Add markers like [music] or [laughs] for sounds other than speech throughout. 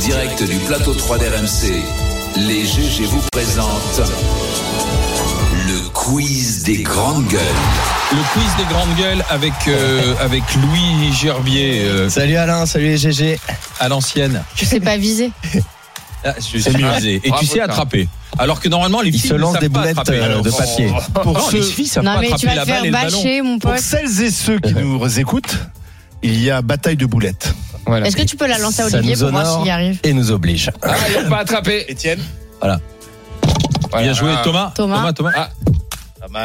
direct du plateau 3 d'RMC, les GG vous présentent le quiz des grandes gueules. Le quiz des grandes gueules avec, euh, avec Louis Gerbier euh, Salut Alain, salut les GG. à l'ancienne. Je sais pas viser. Ah, je suis amusé. Et tu sais attraper. Alors que normalement, les Il filles se ne lance savent des pas boulettes attraper. Oh. euh, de papier. Non, Pour, ceux- les filles savent Non pas mais tu attraper vas la balle te faire et le ballon. bâcher mon pour pote. celles et ceux qui nous écoutent, il y a bataille de boulettes. Voilà. Est-ce que tu peux la lancer à Ça Olivier nous pour voir honore s'il y arrive et nous oblige. Ah, ils l'ont pas attrapé. Étienne Bien joué, Ah. Thomas. Thomas. Thomas, Thomas.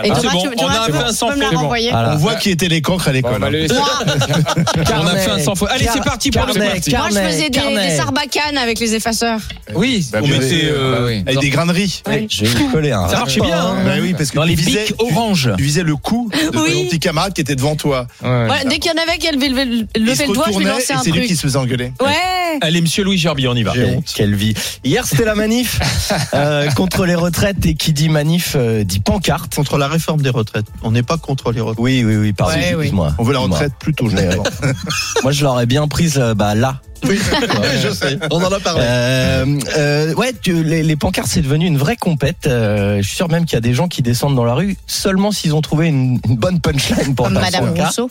Et Ah, Thomas, c'est bon, tu, on a Thomas, un tu peux- Vincent tu peux me la Fay, bon. renvoyer Voilà. On voit qui était les Bah, cancres à Bon, l'école. hein. on va le laisser. On a fait un sans faute. Allez, c'est parti pour le Carnet, quiz. Moi, je carnet, faisais des, carnet. des sarbacanes avec les effaceurs. Oui, Bah, on bien mettait. joué. euh, Bah oui. Avec des graineries. Ouais. Je vais lui coller un. Ça marchait bien. hein. Bah oui, parce que Dans tu les visais- bics orange. Tu visais le cou de Oui. ton petit camarade qui était devant toi. Ouais. Voilà, dès qu'il y en avait qui levaient le, Il levaient se le doigt, je lui retournait lançais et un c'est lui qui truc. se faisait engueuler. Ouais. Allez, monsieur Louis Gerbier, on y va. J'ai- Quelle vie. Hier, c'était [laughs] la manif euh, contre les retraites et qui dit manif euh, dit pancarte. contre la réforme des retraites. On n'est pas contre les retraites. Oui, oui, oui, pardon, Ouais, oui. excuse-moi. On veut la Excuse-moi. retraite plus tôt, Mais, généralement. euh, Moi, je l'aurais bien prise euh, bah, là. Ouais. je sais, on en a parlé. Euh, euh, ouais, tu- les, les pancartes, c'est devenu une vraie compète. Euh, je suis sûr même qu'il y a des gens qui descendent dans la rue seulement s'ils ont trouvé une, une bonne punchline pour Comme leur Madame pancarte. Rousseau.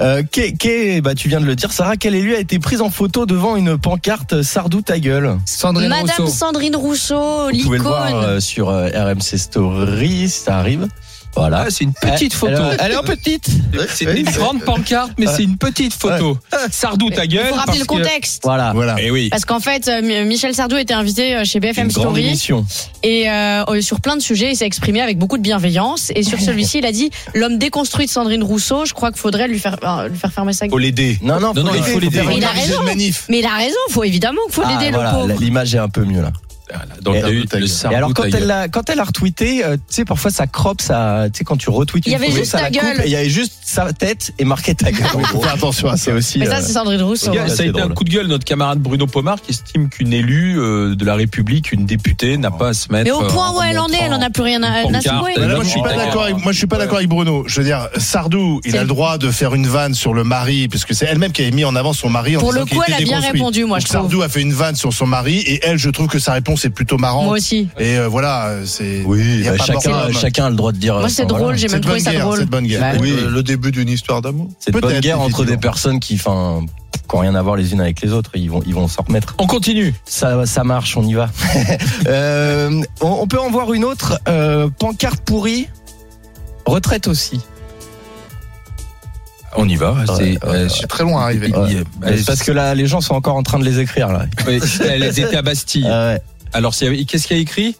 Euh, qu'est- qu'est- bah, tu viens de le dire, Sarah, quel élu a été prise en photo devant une pancarte euh, Sardou ta gueule Sandrine Madame Rousseau. Sandrine Rousseau, Vous pouvez le voir l'icône. euh, sur euh, RMC Story, si ça arrive. Voilà. Ah, c'est une petite photo. Elle, elle est [laughs] un peu petite. C'est une grande pancarte, mais c'est une petite photo. Sardou, ta gueule. Faut parce rappeler le que- contexte. Voilà. Voilà. Eh oui. Parce qu'en fait, euh, M- Michel Sardou était invité euh, chez Une BFM grande Story. émission. Et euh, euh, sur plein de sujets, il s'est exprimé avec beaucoup de bienveillance. Et sur celui-ci, il a dit l'homme déconstruit de Sandrine Rousseau. Je crois qu'il faudrait lui faire euh, lui faire fermer sa gueule. Faut l'aider. Non, non, Non, non, il faut l'aider. faire Mais une- il a Organisé raison. une manif. Mais il a raison. Faut évidemment qu'il faut Ah, l'aider, voilà, le pauvre. l'image est un peu mieux là. Donc, il y a Sardou, eu ta le gueule. Sardou, Et alors quand ta gueule. elle a, quand elle a retweeté, euh, tu sais parfois ça crop, ça, tu sais quand tu retweets, Il y une avait photo, juste ça la ta coupe, gueule. et Il y avait juste sa tête et marqué [laughs] ta gueule. en Il faut gros. faire attention à C'est ça. aussi. Mais ça, euh, c'est Sandrine Rousseau. hein. Ouais, Ça a c'est été un drôle. coup de gueule notre camarade Bruno Pomar qui estime qu'une élue euh, de la République, une députée, n'a pas à se mettre. Mais au point euh, où elle en est, elle en a plus rien à, une à secouer. pancarte. Là, Non, moi, je suis non, pas non. d'accord avec, moi, je suis pas d'accord avec Bruno. Je veux dire, Sardou, il C'est- a le droit de faire une vanne sur le mari, puisque c'est elle-même qui avait mis en avant son mari. En Pour disant le qu'il coup, était elle a bien déconstruit. répondu, moi, Donc, je trouve. Sardou a fait une vanne sur son mari, et elle, je trouve que sa réponse est plutôt Moi marrante. aussi. Et euh, voilà, euh, c'est. Oui, y a bah, pas chacun, mort d'homme. chacun a le droit de dire. Moi, euh, c'est enfin, drôle, voilà. j'ai C'est même de bonne trouvé ça guerre, drôle. c'est de bonne guerre. Ouais. Oui, le début d'une histoire d'amour. C'est une bonne Peut-être, guerre entre des effectivement. personnes qui, enfin, qui ont rien à voir les unes avec les autres. Ils vont, ils vont s'en remettre. On continue. Ça, ça marche, on y va. [laughs] Euh, on, on peut en voir une autre. euh, pancarte pourrie. Retraite aussi. On y va. Ouais, C'est, euh, C'est très loin arrivé. Ouais. Euh, c'est- Parce que là, les gens sont encore en train de les écrire là. Oui, Elle était à Bastille. Ah ouais. Alors, s'il y avait- qu'est-ce qu'il y a écrit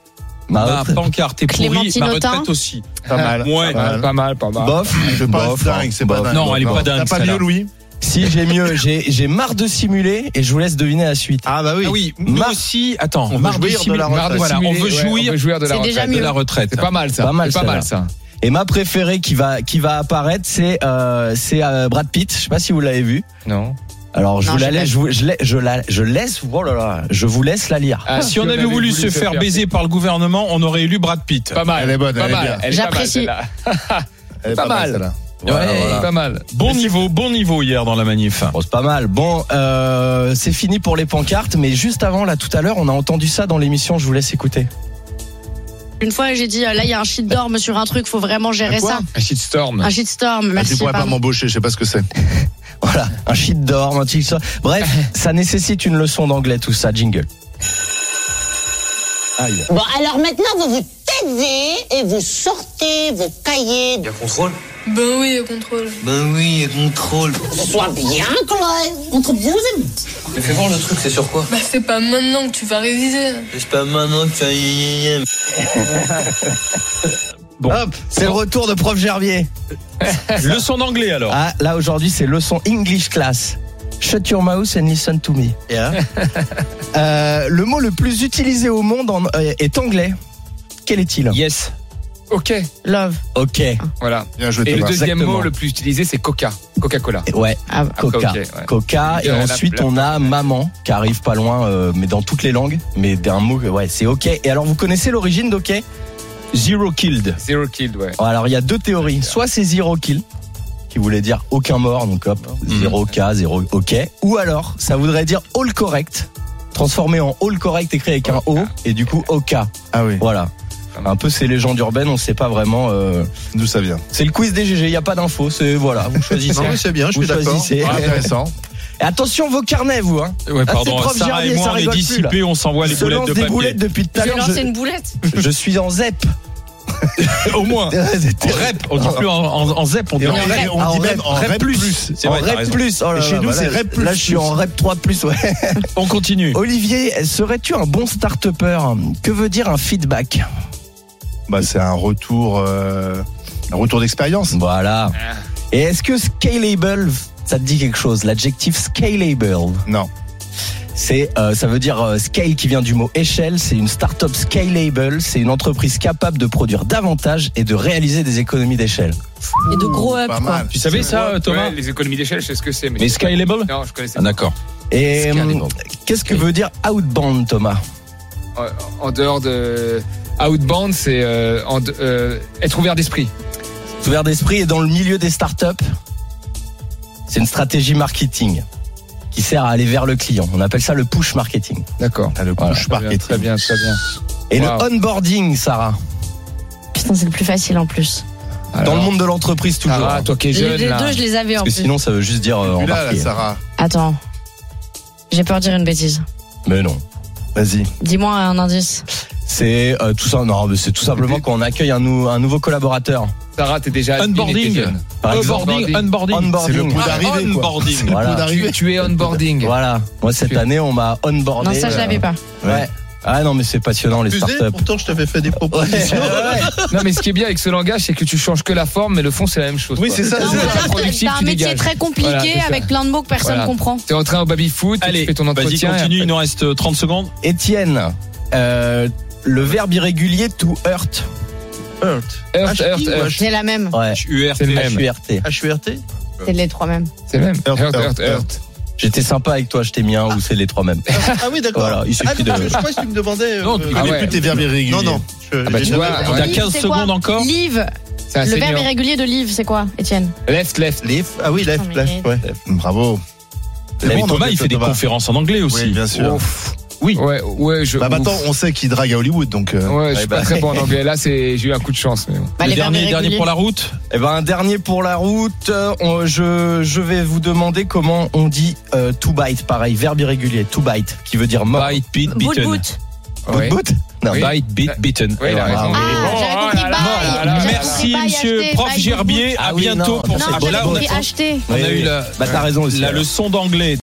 Ma Ma Bah, [laughs] retraite- pancarte est pourrie, Clémentine ma Autain. retraite aussi. Pas mal. Ouais. Pas mal. Pas mal, pas mal. Bof, Je veux pas être bof, dingue, c'est pas bof. dingue. Non, elle est pas dingue, T'as pas celle-là. mieux, Louis Si j'ai mieux, j'ai j'ai marre de simuler et je vous laisse deviner la suite. Ah bah oui. Ah oui, nous Mar- aussi. Attends, On veut marre de jouir de simuler- la marre de retraite. voilà, on Simuler, veut ouais, jouir on veut jouir de la C'est déjà retraite. de mieux. la retraite. C'est pas mal ça. Pas mal, C'est pas celle-là. mal ça. Et ma préférée qui va qui va apparaître, c'est euh, c'est euh, Brad Pitt. Je sais pas si vous l'avez vu. Non. Alors je Non, vous je la l'ai laisse, je, vous- je, la- je la je laisse. Oh là là, je vous laisse la lire. Ah, Si on avait voulu se faire baiser par le gouvernement, on aurait élu Brad Pitt. Pas mal. Elle est bonne, Pas elle est mal. bien. Elle est pas mal, J'apprécie. celle-là. Elle est Pas mal. celle-là. Ouais. Pas mal. Bon niveau, bon niveau hier dans la manif. Bon, c'est pas mal. Bon, euh, c'est fini pour les pancartes, mais juste avant là, tout à l'heure, on a entendu ça dans l'émission. Je vous laisse écouter. Une fois, j'ai dit, euh, là, il y a un shitstorm sur un truc, faut vraiment gérer ça. Un shitstorm. Un shitstorm, Ah, Tu merci. pourrais pas pardon. m'embaucher, je sais pas ce que c'est. Voilà, un shit d'or, un truc ça. [laughs] Bref, ça nécessite une leçon d'anglais tout ça. Jingle. Bon, alors maintenant, vous vous taisez et vous sortez vos cahiers. de- Ben oui, le contrôle. Ben oui, contrôle. Sois bien clair entre vous et moi. Mais fais voir le truc, c'est sur quoi Bah c'est pas maintenant que tu vas réviser. C'est pas maintenant que tu as Bon. Hop, c'est le retour de Prof Gervier. Leçon d'anglais alors. Ah, là aujourd'hui, c'est leçon English class. Shut your mouth and listen to me. [laughs] Euh, le mot le plus utilisé au monde en- euh, est anglais. Quel est-il Yes. Ok. Love. Ok. Voilà. Bien joué, Et le Thomas. deuxième Exactement. mot le plus utilisé, c'est Coca. Coca-Cola. Ouais, Ah, bah. Coca. ok, ouais. Coca. Et Euh, la- ensuite, la- on a maman, qui arrive pas loin, euh, mais dans toutes les langues. Mais d'un mot, ouais, c'est ok. Et alors, vous connaissez l'origine d'ok Zero killed. Zero killed, ouais. Bon, Alors, il y a deux théories. Soit c'est zero kill, qui voulait dire aucun mort, donc hop, zéro cas, zéro ok. Ou alors, ça voudrait dire all correct, transformé en hall correct écrit avec un O et du coup OK. Ah oui. Voilà. Un peu c'est légendes urbaines, on sait pas vraiment. euh, D'où ça vient C'est le quiz des GG, il y a pas d'infos, c'est voilà, vous choisissez. [laughs] Non, mais c'est bien, je vous suis d'accord. choisissez. Ah, Intéressant. Et attention vos carnets vous hein. Ouais, Ah, pardon, c'est prof Sarah Gerbier, et ça moi, on est rigole plus, dissipés, on s'envoie les Se boulettes lance de des papier. boulettes depuis tout à Tu veux l'heure. lancer Je, une boulette je suis en ZEP. Au moins. [laughs] En En rep, on dit plus en, en- en zep, on dit Et en on, rep. on Ah, dit en même rep. en rep plus. C'est vrai, t'as rep raison. plus. Oh là Et chez là, nous, bah c'est là, rep plus. Là je suis en rep 3 [laughs] plus ouais. On continue. Olivier, serais-tu un bon start Que veut dire un feedback Bah, c'est un retour, euh, un retour d'expérience. Voilà. Ah. Et est-ce que scalable, ça te dit quelque chose L'adjectif scalable, Non. c'est, euh, ça veut dire euh, scale qui vient du mot échelle. C'est une start-up scalable. C'est une entreprise capable de produire davantage et de réaliser des économies d'échelle. Et de gros up, Pas quoi. mal. Tu savais ça, Thomas Ouais, les économies d'échelle, je sais ce que c'est. Mais, Mais Skylable Non, je connaissais Ah, D'accord. Et Scalable. hum, qu'est-ce que veut dire outbound, Thomas pas. En, en dehors de. Outbound, c'est euh, en de- euh, être ouvert d'esprit. Ouvert d'esprit et dans le milieu des startups, c'est une stratégie marketing qui sert à aller vers le client. On appelle ça le push marketing. D'accord. T'as Ah, le Voilà. push Très bien, marketing. très bien, très bien. Et Wow. le onboarding, Sarah, Putain, c'est le plus facile en plus. dans le Alors, monde de l'entreprise toujours. Sarah, toi qui es Les, jeune, les là. deux, je les avais en Parce que plus. sinon, ça veut juste dire euh, Plus là, embarquer. là, Sarah. Attends. J'ai peur de dire une bêtise. mais non. Vas-y. Dis-moi un indice. C'est euh, tout ça. Non, mais c'est tout simplement quand on accueille un, nou- un nouveau collaborateur. Sarah, t'es déjà admin et t'es Onboarding. jeune. Par exemple, Onboarding, onboarding. C'est le onboarding. point Ah, d'arrivée. quoi. onboarding. C'est le Voilà. point Tu, d'arrivée. tu es onboarding. Voilà. Moi, cette Tu- année, on m'a onboardé. Non, ça, je euh, l'avais pas. Ouais. Ah non, mais c'est passionnant les Excusez, [laughs] startups. pourtant je t'avais fait des Ouais, propositions. ouais. Non, mais ce qui est bien avec ce langage, c'est que tu changes que la forme, mais le fond, c'est la même chose. Oui, quoi. c'est ça. Non, c'est mais ça. là, productif, T'as un tu métier dégages. très Voilà, c'est compliqué ça. avec plein de mots que personne Voilà. comprend. T'es en train au baby foot, tu Allez, fais ton vas-y, entretien. continue, et il nous reste euh, 30 secondes. Étienne, euh, le verbe irrégulier to hurt. Hurt. après- Heurt, heurt, H-I ou heurt. C'est la même. Ouais. URT. C'est le même. H-U-R-T. H-U-R-T C'est les trois mêmes. C'est le même. Heurt, Heurt, heurt, heurt, heurt. J'étais sympa avec toi, je t'ai mis un ou c'est les trois mêmes. Ah oui, d'accord. Voilà, il Ah, suffit mais de. parce que je crois que tu me demandais. euh, Non, tu Ah Mais ouais. plus tes verbes irréguliers. non, non. Je, Ah bah, j'ai tu jamais vois, entendu. On a Live, 15 c'est quoi secondes encore. Live. C'est un Le verbe senior. irrégulier de live, c'est quoi, Étienne Left, left. Leaf. Ah oui, left, Putain, mais- left, ouais. Mm, Bravo. Mais bon, Thomas, donc, il fait des Thomas. conférences en anglais aussi. Oui, bien sûr. Ouais, ouais, je. Bah maintenant, ouf. on sait qu'il drague à Hollywood, donc. euh, Ouais, je suis Ouais, bah. pas très bon en anglais. Là, c'est, j'ai eu un coup de chance, mais bon. Bah, Le les verbes dernier, dernier irréguliers. pour la route. Eh ben, un dernier pour la route. Euh, on- je, je vais vous demander comment on dit euh, to bite. Pareil, verbe irrégulier, to bite, qui veut dire mort. Bite, beat, Boot, beaten. boot. Ouais. Boot, boot Non, Oui. Bite, beat, beaten. Ouais, il Ah, a raison. Ah, j'avais Oh compris là là, bye. là là. J'avais compris Merci, bye, monsieur acheter, prof bye, boot, Gerbier. Ah À oui, non, bientôt pour non, ça. c'est bon, boot. Non, Voilà, on j'avais a- compris acheter. on Oui, a oui. eu la, Bah, t'as raison aussi. la alors. leçon d'anglais